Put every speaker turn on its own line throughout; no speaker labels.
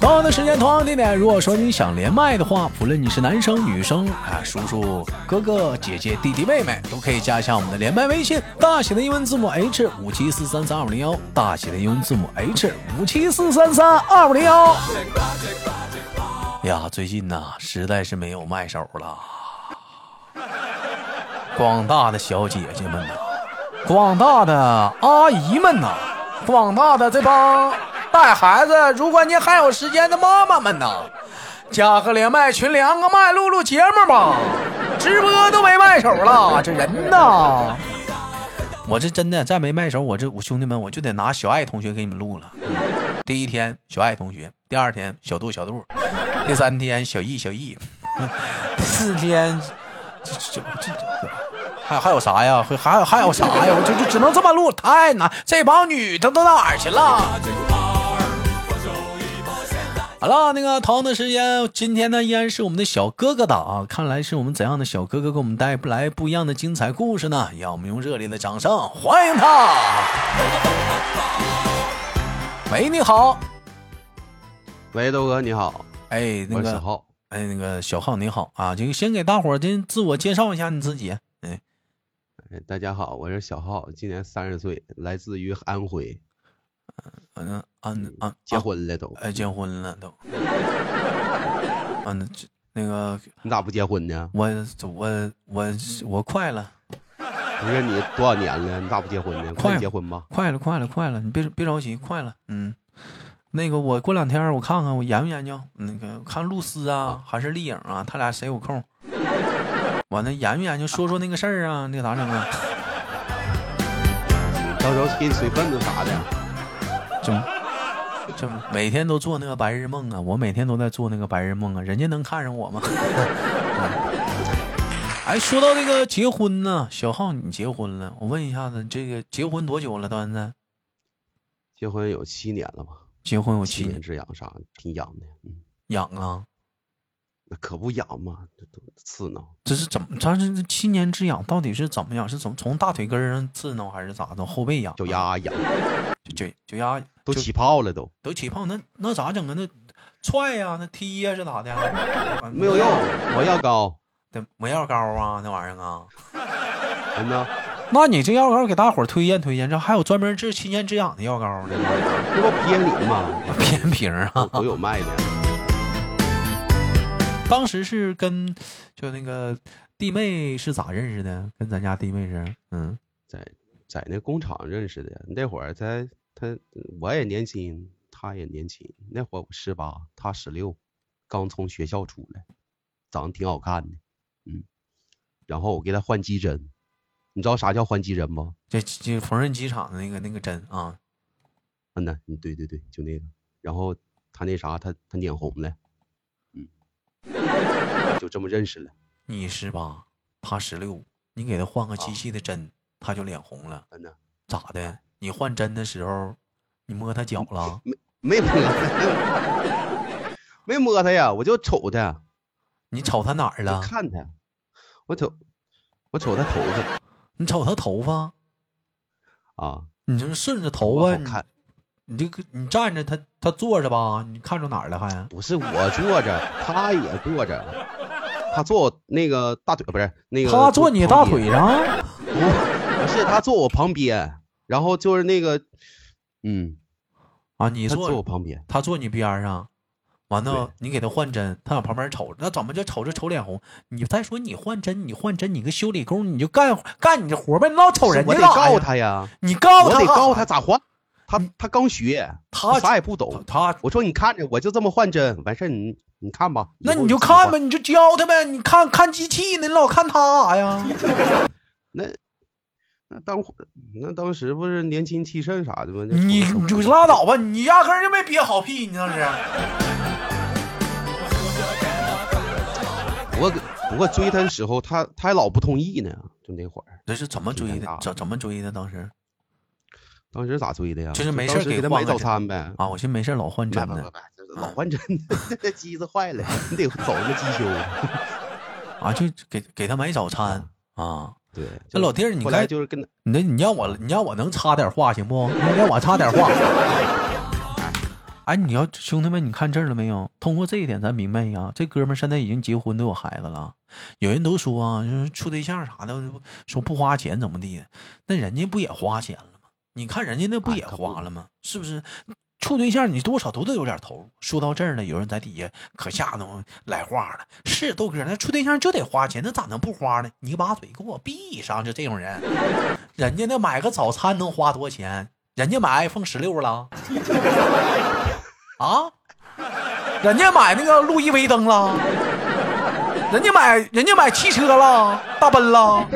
同样的时间，同样地点，如果说你想连麦的话，不论你是男生女生啊，叔叔、哥哥、姐姐、弟弟、妹妹，都可以加一下我们的连麦微信，大写的英文字母 H 五七四三三二五零幺，大写的英文字母 H 五七四三三二五零幺。呀，最近呐、实在是没有卖手了，广大的小姐姐们呐、广大的阿姨们呐、广大的这帮带孩子，如果您还有时间的妈妈们呐、加个连麦群，连个麦，录录节目吧。直播都没卖手了，这人呐！我这真的再没卖手，我这我兄弟们我就得拿小爱同学给你们录了。第一天小爱同学，第二天小杜小杜，第三天小易小易， 第四天这这这这这。还还有啥呀？还还有还有啥呀？我就就只能这么录，太难。这帮女的都到哪儿去了？好了，那个同样的时间，今天呢依然是我们的小哥哥档啊，看来是我们怎样的小哥哥给我们带来不一样的精彩故事呢？让我们用热烈的掌声欢迎他！喂，你好，
喂，豆哥你好，
哎，那
我是
个
小，浩，
哎，那个小浩你好啊，就先给大伙儿先自我介绍一下你自己，哎，
哎大家好，我是小浩，今年三十岁，来自于安徽，
嗯，安安
结婚了都，
哎，结婚了都。啊，那这那个，
你咋不结婚呢？
我我我我快了，
不是你多少年了，你咋不结婚呢？快
快
结婚吧，
快了，快了，快了！你别别着急，快了。嗯，那个我过两天我看看，我研究研究，那个看露丝啊，还是丽颖啊，他俩谁有空？完了研究研究，说说那个事儿啊，那咋整啊？
到时候给你水份子啥的。
这这每天都做那个白日梦啊，我每天都在做那个白日梦啊，人家能看上我吗？哎，说到这个结婚呢，小浩你结婚了，我问一下子，这个结婚多久了？到现在
结婚有七年了吧？
结婚有
七
七
年
年，
之痒啥的，挺痒的，嗯，
痒啊，
那可不痒嘛，这都刺挠。
这是怎么？咱这这七年之痒到底是怎么样？是从从大腿根儿上刺挠，还是咋的？后背痒啊？
脚丫痒，
就，脚脚丫
都
就
起泡了都，
都起泡，那那咋整啊？那踹呀、那踢呀、是咋的、
没有用，我药膏，
那没药膏啊，那玩意儿啊。
真的，
那你这药膏给大伙儿推荐推荐，这还有专门治七年之痒的 药膏呢，
这不偏你 吗？
偏瓶儿啊。
都都有卖的，
当时是跟就那个弟妹是咋认识的？跟咱家弟妹是，嗯，
在在那工厂认识的，那会儿他他我也年轻，他也年轻，那会儿我十八，他十六，刚从学校出来，长得挺好看的，嗯，然后我给他换机针，你知道啥叫换机针吗？
这这缝纫机厂的那个那个针啊，
嗯呐，嗯对对对，就那个，然后他那啥，他他脸红了，嗯，就这么认识了，
你十八，他十六，你给他换个机器的针，他就脸红了，
嗯呐，
咋的？你换针的时候，你摸他脚了？
没摸他，没摸他呀，我就瞅他。
你瞅他哪儿
我
了？
看他，我瞅，我瞅他头发
你瞅他头发？
啊，
你这顺着头
我
发，
好
你
看。
你这个你站着他他坐着吧，你看着哪儿了还？
不是我坐着，他也坐着，他坐我那个大腿，不是那个
他坐你大腿
上，
上，啊
不不是他坐我旁边，然后就是那个，嗯，
啊，你
他坐我
坐
旁边，
他坐你边儿上，完了
对
你给他换针，他往旁边瞅着，那怎么就瞅着瞅脸红？你再说你换针，你换针，你个修理工，你就干干你这活呗，你老瞅哦人
我
家干
得
啥
告
呀？
他呀，
你告
我
他，啊
得告他咋换，他他刚学，
他
啥也不懂。
他，
我说你看着，我就这么换针，完事儿你你看吧。
那
以后
你就
自己换
看呗，你就教他呗，你看看机器呢，你老看他干啥呀？
那当会那当时不是年轻气盛啥的吗？那
你
瞅
你就
瞅
拉倒吧，你压根儿就没憋好屁，你 当时。
不过不过追他的时候，他他还老不同意呢，就那会儿
这是怎么追的？怎怎么追的？当时
当时咋追的呀？
就是没事
当时
给
给他
换
买
个
早
针
餐呗。
啊，我寻思没事老换针
不不
呢
不，就是
嗯
老换针， 那机子坏了，你得走那机修。
啊，就给给他买早餐
嗯
啊。
对，
那老弟儿，你
后来
看，
就是跟他
你那你让我你让我能插点话行不？你让我插点话。哎，你要兄弟们，你看这儿了没有？通过这一点，咱明白呀，这哥们儿现在已经结婚都有孩子了。有人都说啊，就是处对象啥的，说不花钱怎么地的，那人家不也花钱了吗？你看人家那不
哎
也
可不
花了吗？是不是？处对象你多少都得有点投入。说到这儿呢，有人在底下可下头来话了，是豆哥，那处对象就得花钱，那咋能不花呢？你把嘴给我闭上！就这种人， 人家那买个早餐能花多钱？人家买 iPhone 十六了，啊？人家买那个路易威登了，人家买人家买汽车了，大奔了，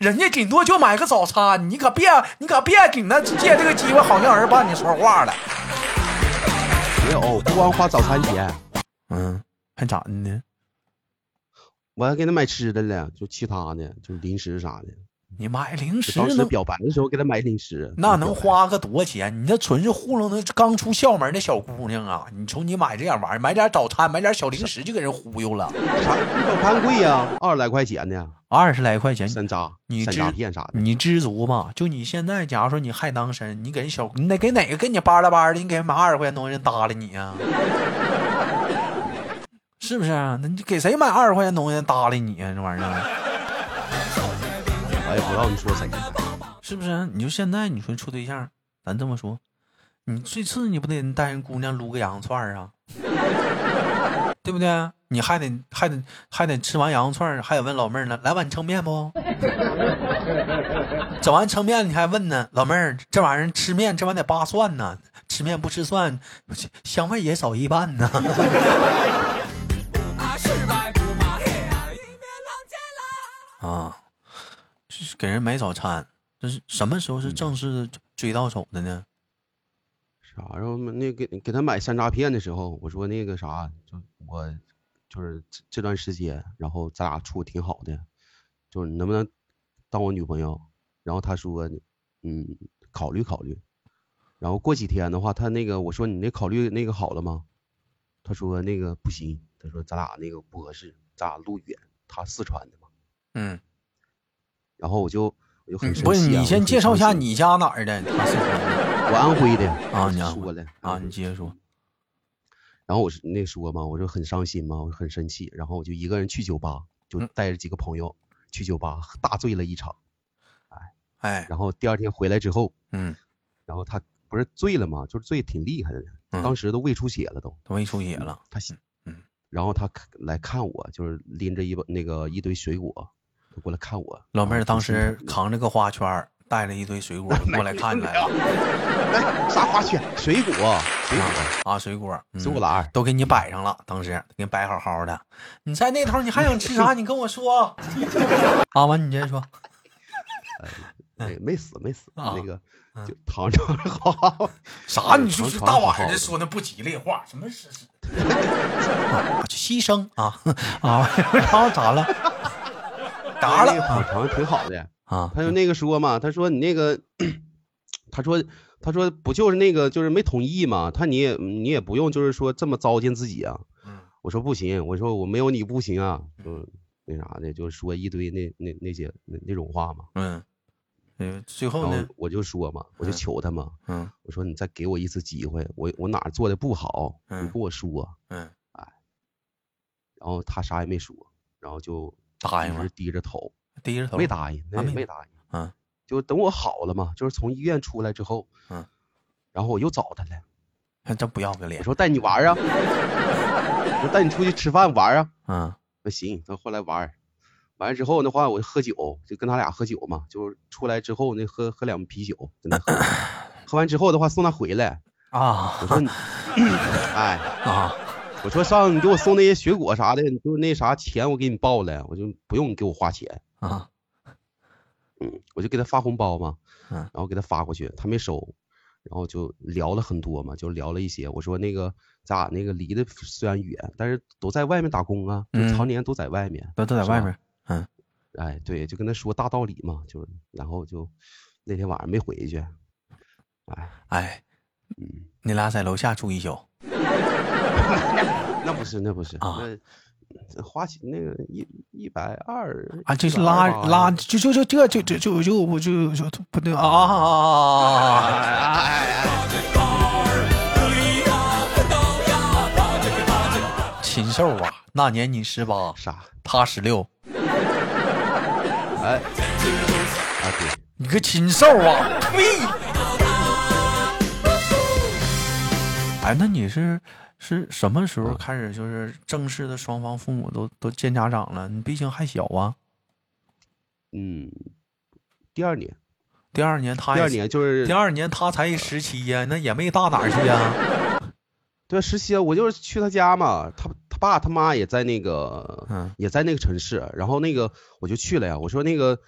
人家顶多就买个早餐，你可别你可别给那借这个机会，好像有人帮你说话了。
没有，不光花早餐钱，
嗯，还咋的呢？
我还给他买吃的了，就其他的，就零食啥的。
你买零食
就当时
能
表白的时候给他买零食，
那
表
能
白
花个多钱？你那纯是糊弄那刚出校门的小姑娘啊！你瞅你买这点玩意儿，买点早餐，买点小零食就给人忽悠了，
啥？早餐贵呀，二十来块钱呢，
二十来块钱，
山楂、
你
山
知
楂片啥的。
你知足吧？就你现在，假如说你还单身，你给人小，你得给哪个给你扒拉扒拉的？你给人买二十块钱东西，人搭理你呀、 是不是啊？那你给谁买二十块钱东西搭理你啊？这玩意儿
我也不知道你说谁，
是不是啊？你就现在，你说处对象，咱这么说，你最次你不得带人姑娘撸个羊肉串儿啊？ 对不对？你还得还得还得吃完羊肉串儿，还得问老妹儿呢，来碗撑面不？ 整完撑面你还问呢，老妹儿，这玩意儿吃面这玩意儿得扒蒜呢，吃面不吃蒜，香味也少一半呢。
啊
啊，是给人买早餐，这是什么时候是正式的追到手的呢？
啥？啊然后那给给他买山楂片的时候，我说那个啥，就我就是这这段时间，然后咱俩处得挺好的，就是你能不能当我女朋友？然后他说，嗯，考虑考虑。然后过几天的话，他那个我说你那考虑那个好了吗？他说那个不行，他说咱俩那个不合适，咱俩路远，他四川的嘛。
嗯，
然后我就我就很
嗯
生气、啊。
不是，
我
你
就
先
很
介绍一
伤
下
心，
你家哪儿的？他是
我安徽的
啊
我
你
就
安徽
说了
啊，
安徽
你接着说。
然后我是那说嘛，我就很伤心嘛，我就很生气，然后我就一个人去酒吧，就
嗯
带着几个朋友去酒吧大醉了一场。
哎，
然后第二天回来之后，
嗯，
然后他不是醉了嘛，就是醉挺厉害的，
嗯
当时都胃出血了都。
都胃出血了。
他
嗯，
然后他看来看我，就是拎着一把那个一堆水果，他过来看我。
老妹儿
然后
当
就心
时
疼
扛着个花圈儿，带了一堆水 果过来看来了
哎啥花圈？水果，水
啊
果，
啊，水果，嗯
水果篮儿。
都给你摆上了，当时给你摆好好的。你在那头，你还想吃 啥？你跟我说。啊，完你接着说。
哎，没死没死，
嗯啊
那个
嗯
就躺着 好，
啥？
嗯
你说
床
这
床
大
上
晚上
好
的
的
说那不吉利话，什么是是？啊，就牺牲啊 啊！然后咋 了？咋
那个
了？
躺床上挺好的。
啊
他就那个说嘛，他说你那个，他说他说不就是那个就是没同意嘛，他你也你也不用就是说这么糟践自己啊。
嗯
我说不行，我说我没有你不行啊，就那啥的，就说一堆那那那些那那种话嘛。
嗯嗯，最
然
后
后
呢？
我就说嘛，我
嗯
就求他嘛，
嗯
我说你再给我一次机会，我我哪儿做的不好，你
嗯
跟我说。
嗯，
然后他啥也没说，然后就
答应
一
了
直，低着头，
低着头
没答应，那
啊没
没答应。
嗯，
就等我好了嘛，就是从医院出来之后，
嗯，
然后我又找他了，
还真不要个脸
我。说带你玩儿啊， 我带你出去吃饭玩儿啊。
嗯
那行，他后来玩儿，完了之后的话，我就喝酒，就跟他俩喝酒嘛，就是出来之后那喝喝两啤酒，跟他喝，喝完之后的话送他回来，
啊
我说你， 哎，
啊
我说上你给我送那些水果啥的，你就那啥钱我给你报了，我就不用你给我花钱。
啊！
嗯，我就给他发红包嘛，
嗯
然后给他发过去，他没收，然后就聊了很多嘛，就聊了一些。我说那个咱俩那个离得虽然远，但是都在外面打工啊，就
嗯
常年都在外面。
都都在
是
外
吧
面。
哎，对，就跟他说大道理嘛，就是，然后就那天晚上没回去，哎，
哎，
嗯，
你俩在楼下住一宿，
那不是，那不是，
啊
那花钱那个一一百二
啊，这是拉拉，，就就就这就就就就我就就不对啊啊！禽兽啊！那年你十八，
啥？啊
他十六，
哎，啊对，
你个禽兽啊！呸！哎，那你是是什么时候开始就是正式的双方父母都都见家长了？你毕竟还小啊。
嗯，第二年，
第二年他
第
也
二年就是
第二年他才十七呀，那也没大哪儿去啊呀。
对啊十七，我就是去他家嘛，他他爸他妈也在那个
嗯
也在那个城市，然后那个我就去了呀，我说那个。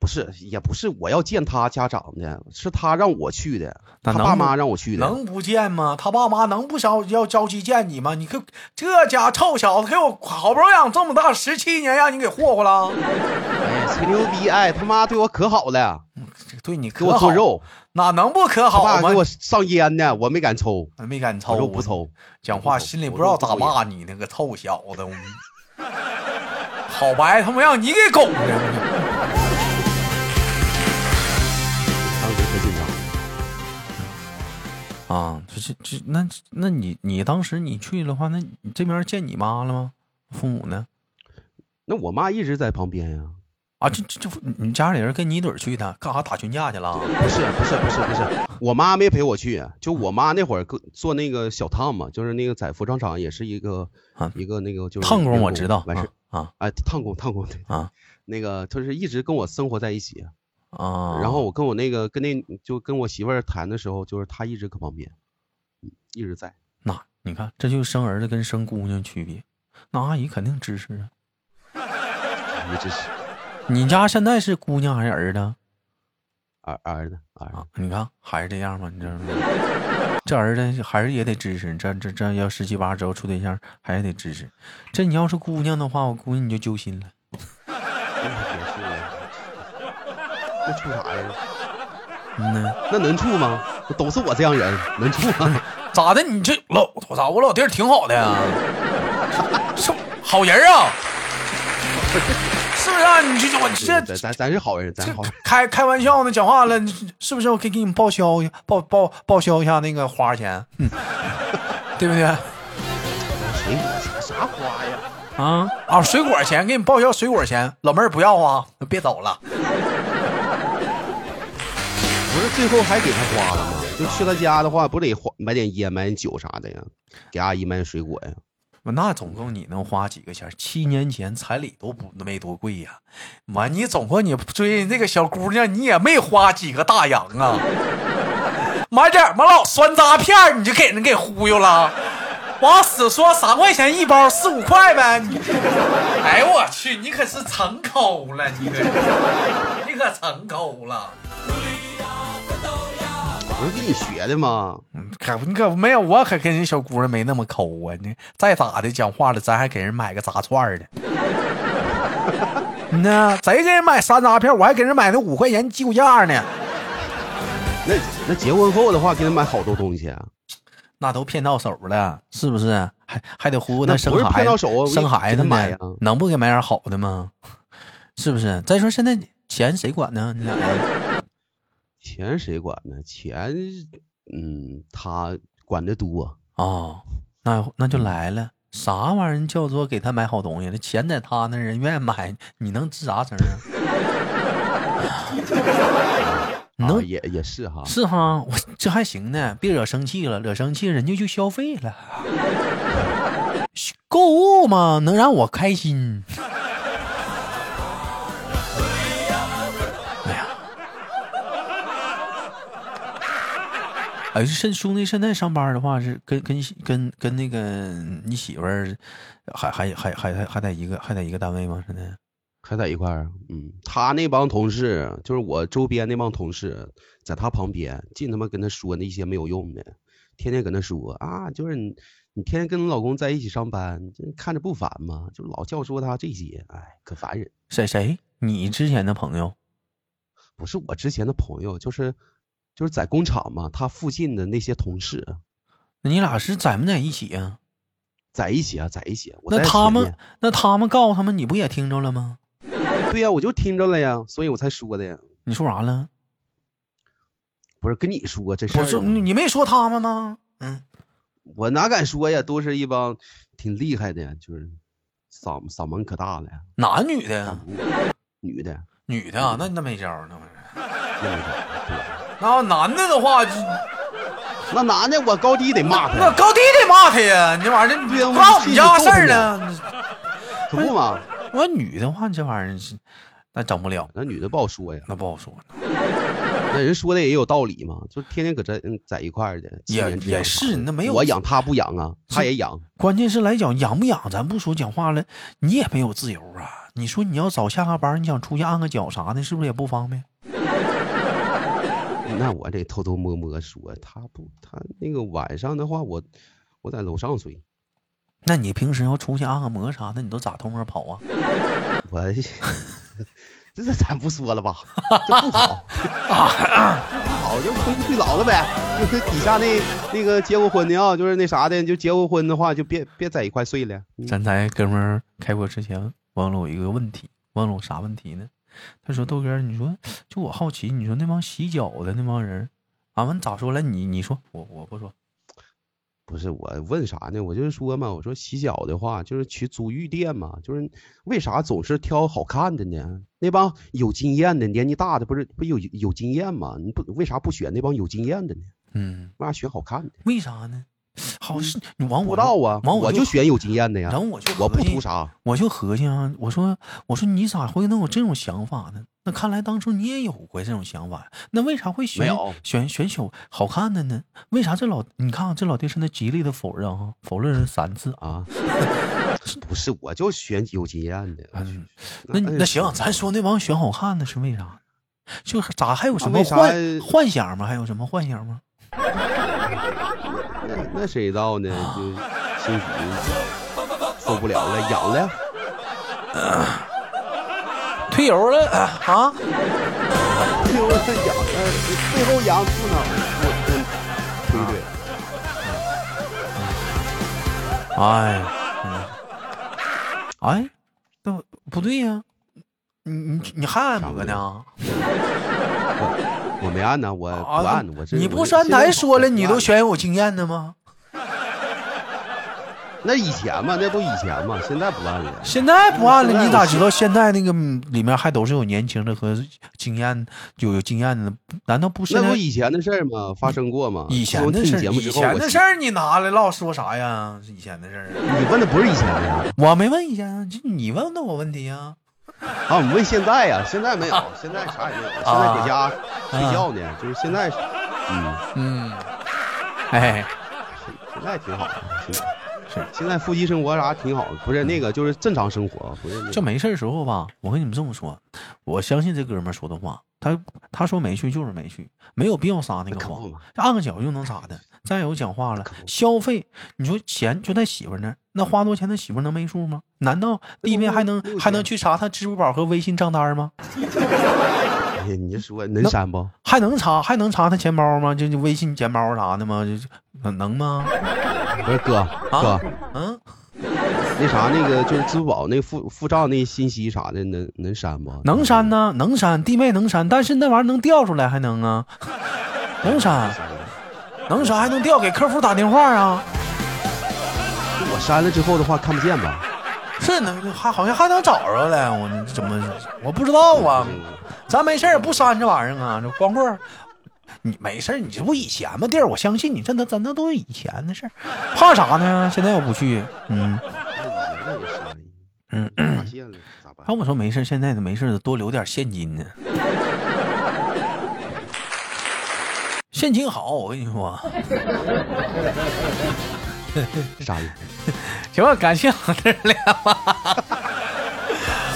不是，也不是我要见他家长的，是他让我去的，
那
他
能
爸
不
妈让我去的。
能不见吗？他爸妈能不着要着急见你吗？你可这家臭小子，给我好不容易养这么大，十七年让你给霍霍了，
哎，吹牛逼！哎，他妈对我可好了，
这对你
给
可
我
好
做，肉，
哪能不可
他
好
爸
吗
给？我上烟呢，我没敢抽，
没敢抽，
我说不，抽。
讲话
我不抽
心里不
我
知道
不
咋
抽烟
骂你那个臭小子，我 好白他妈让你给拱的。
当时可紧张了，
啊，这这这，那那你你当时你去的话，那你这边见你妈了吗？父母呢？
那我妈一直在旁边呀、
啊，这这这，你你家里人跟你一堆儿去的，干啥打群架去了？啊
不是不是不是不是，我妈没陪我去，就我妈那会儿跟做那个小烫嘛，就是那个在服装厂也是一个、
啊
一个那个就是
烫
员
工我知道
完事儿，
啊
哎，烫工烫工对
啊，
那个就是一直跟我生活在一起，
啊啊！
然后我跟我那个跟那就跟我媳妇儿谈的时候，就是她一直搁旁边，嗯一直在。
那你看，这就是生儿子跟生姑娘区别。那阿姨肯定支持啊。
一直啊是
你家现在是姑娘还是儿子
儿儿子儿子
啊？你看还是这样吗？你知道吗？这儿子还是也得支持，这这这要十七八之后处对象还是得支持。这你要是姑娘的话，我估计你就揪心了。
别处了，那处啥呀？
嗯呢，
那能处吗？都是我这样人，能处吗？
咋的？你这老我操，我老弟儿挺好的呀、是好人啊，是不是啊？你这我 这
咱咱咱是好人，咱是
这
好人。
开开玩笑呢，讲话了，你是不是？我可以给你报销一下，报报报销一下那个花钱，嗯，对不对？
谁啥花呀？
啊啊，水果钱给你报销水果钱，老妹儿不要啊，别走了。
不是最后还给他花了吗？就去他家的话，不得花买点烟、买点酒啥的呀？给阿姨买点水果呀？
那总共你能花几个钱？七年前彩礼都不没多贵呀、完你总共你追那个小姑娘，你也没花几个大洋啊。买点儿嘛老酸渣片儿你就给人给忽悠了，往死说三块钱一包，四五块呗。你，哎呦我去，你可是成抠了，你可，你可成抠了。
不是跟你学的吗？
嗯可你可没有，我可跟人小姑娘没那么抠啊！你再咋的讲话了，咱还给人买个炸串儿的。 嗯呐，谁给人买山楂片，我还给人买那五块钱鸡骨架呢，
那那结婚后的话，给他买好多东西啊？
那都骗到手了，是不是？还还得忽悠他
那
生
不是
孩
骗到
子，
手啊我给
生
你
孩子
真
买
买呀
能不给买点好的吗？是不是？再说现在钱谁管呢？你俩呀？
钱谁管呢？钱，嗯，他管的多、
哦，那那就来了。啥玩意儿叫做给他买好东西？那钱在他那儿，人愿意买，你能吱啥声啊？你
啊，
能
也也是哈。
是哈，我这还行呢，别惹生气了，惹生气人家就消费了。购物嘛，能让我开心。哎呀，哎，现兄弟现在上班的话是跟跟跟跟那个你媳妇儿，还还还还还还在一个还在一个单位吗？现在
还在一块儿啊，嗯，他那帮同事，就是我周边那帮同事，在他旁边尽他妈跟他说那些没有用的，天天跟他说啊，就是你，你天天跟你老公在一起上班，这看着不烦吗？就老教唆他这些，哎，可烦人。
谁谁？你之前的朋友
不是我之前的朋友，就是就是在工厂嘛，他附近的那些同事啊
那你俩是在没在一起啊呀、
在一起啊，在一起啊、我
那
在
他
前
们
面，
那他们告诉他们，你不也听着了吗？
对呀、我就听着了呀，所以我才说的呀，
你说啥了？
不是跟你说这事
不
儿
是
啊，
你你没说他们吗？嗯，
我哪敢说呀，都是一帮挺厉害的，就是嗓嗓门可大了呀，
男女的呀，
嗯女的，
女的啊，那那没招儿，那玩意儿。
那没法对
那要男的的话，就
那男的我高低得骂
那
他，
高低得骂他呀！你这玩意儿，
对呀
这关我
我
们
们
家事
自己揍
儿
他
呢。
可不嘛，
我女的话，你这玩意儿是那整不了，
那女的不好说呀，
那不好说了。
那人说的也有道理嘛，就天天搁这嗯在一块儿的，七
也
年之
也
痒啥
是
的
那没有
我养他不养啊，他也养，
关键是来讲养不养，咱不说讲话了，你也没有自由啊。你说你要早下个班，你想出去按个脚啥的，是不是也不方便？
那我得偷偷摸摸说，他不，他那个晚上的话，我我在楼上睡，
那你平时要出去按个摩啥的，你都咋偷摸跑啊？
我 这这咱不说了吧，这不 好，
啊
不好就回不去老了呗。就是底下那那个结过婚的啊，就是那啥的，就结过婚的话，就别别在一块睡了。嗯
咱在哥们儿开播之前问了我一个问题，问了我啥问题呢？他
嗯
说豆哥，你说就我好奇，你说那帮洗脚的那帮人，俺、们咋说来？你你说我我不说，
不是我问啥呢？我就是说嘛，我说洗脚的话，就是去足浴店嘛，就是为啥总是挑好看的呢？那帮有经验的，年纪大的不是不有有经验嘛？你不为啥不选那帮有经验的呢？
嗯，
为啥选好看的？
为啥呢？好是你往
嗯不
我
知道啊，
往
我
就
就选有经验的
然
呀
后，我就
我不
合计
图啥。
我就合计啊，我说我说你咋会能有这种想法呢？那看来当初你也有过这种想法呀，那为啥会
没
选
有
选选小好看的呢？为啥这老你看啊这老爹现在极力的否认啊，否认了三次。
啊，不是，我就选有经验的。
嗯，那
哎
你那行，咱说那帮选好看的是为啥？就是咋还有什么
那啊为啥
幻幻想吗？还有什么幻想吗？
那那谁知道呢？就心里受不了了，痒了。
推油了啊？
听我这痒，呃，背后痒住哪儿？我我对对，
哎，嗯哎，那不对呀、你你你还按摩呢？
我我没按呢，我不按呢，我这
啊你不
我
是刚
现在
才
不
说了，
不
你
按
都
了
选有经验的吗？
那以前嘛，那都以前嘛，现在不按了。
现在不按
现
了，
在
你咋
我
知道现在那个嗯里面还都是有年轻的和经验有有经验的？难道不是
那不
那？
以前的事儿吗？发生过吗？
以前的
自
事儿，
从听你节目
以
之后，
前
我
的
记
事儿你拿来唠说啥呀？是以前的事儿啊，
你问的不是以前的呀？
我没问以前啊，就你问的我问题啊。
啊，我们问现在呀，现在没有，现在啥也没有，
啊
现在搁家睡觉呢，就是现在是，嗯，
嗯，哎，
现在挺好的，现
是
在现在夫妻生活啥挺好的，不是那个就是正常生活，啊不是那个
这没事儿时候吧，我跟你们这么说，我相信这哥们儿说的话，他他说没去就是没去，没有必要撒那个
可
谎
不。嘛。
按个脚又能咋的？再有讲话了
可，不
消费，你说钱就在媳妇儿那儿，那花多钱他媳妇儿能没数吗？难道弟妹还能
那不
还能去查他支付宝和微信账单吗？
哎呀，你这说能
那
删不？
还能查还能查他钱包吗？就就微信钱包啥的吗？就就能能吗？
不是
啊
哥哥，
嗯，
那啥那个就是支付宝那付付账那信息啥的，能能删不？
能删呢，能删，弟妹能删，但是那玩意儿能调出来还能啊？能删，
删了。
能删还能调，给客服打电话啊？
就我删了之后的话，看不见吧？
是能还好像还能找着嘞？我怎么我不知道啊？咱没事儿不删这玩意儿啊，这光棍儿，你没事儿，你这不以前吗？弟儿，我相信你，这都咱那都是以前的事儿，怕啥呢？现在我不去，嗯，
那也删了。
嗯
发现了咋办
然后？我说没事儿，现在的没事儿多留点现金呢，现金好，我跟你说，
删了。
行吧，感谢我这俩吧。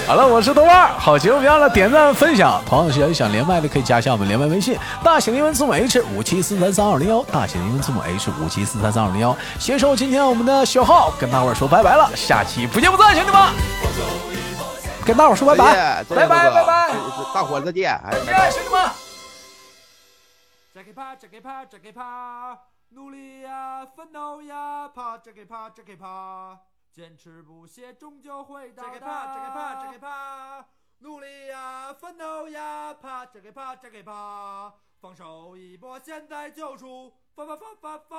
好了，我是豆瓣儿，好节目别忘了点赞分享。同样的时间想连麦的可以加一下我们连麦微信，大写的英文字母 H 五七四三三二零幺，大写的英文字母 H 五七四三三二零幺。携手今天我们的小号，跟大伙儿说拜拜了，下期不见不散，兄弟们。跟大伙儿说拜拜，
再见
拜拜，拜拜，
再见大伙儿再见，哎。
再见，兄弟们。
这给啪，这给啪，这给啪，努力呀，奋斗呀，啪，这给啪，这给啪，坚持不懈，终究会到达。这给啪，这给啪，这给啪，努力呀，奋斗呀，啪，这给啪，这给啪，放手一搏，现在就出，发发发发发。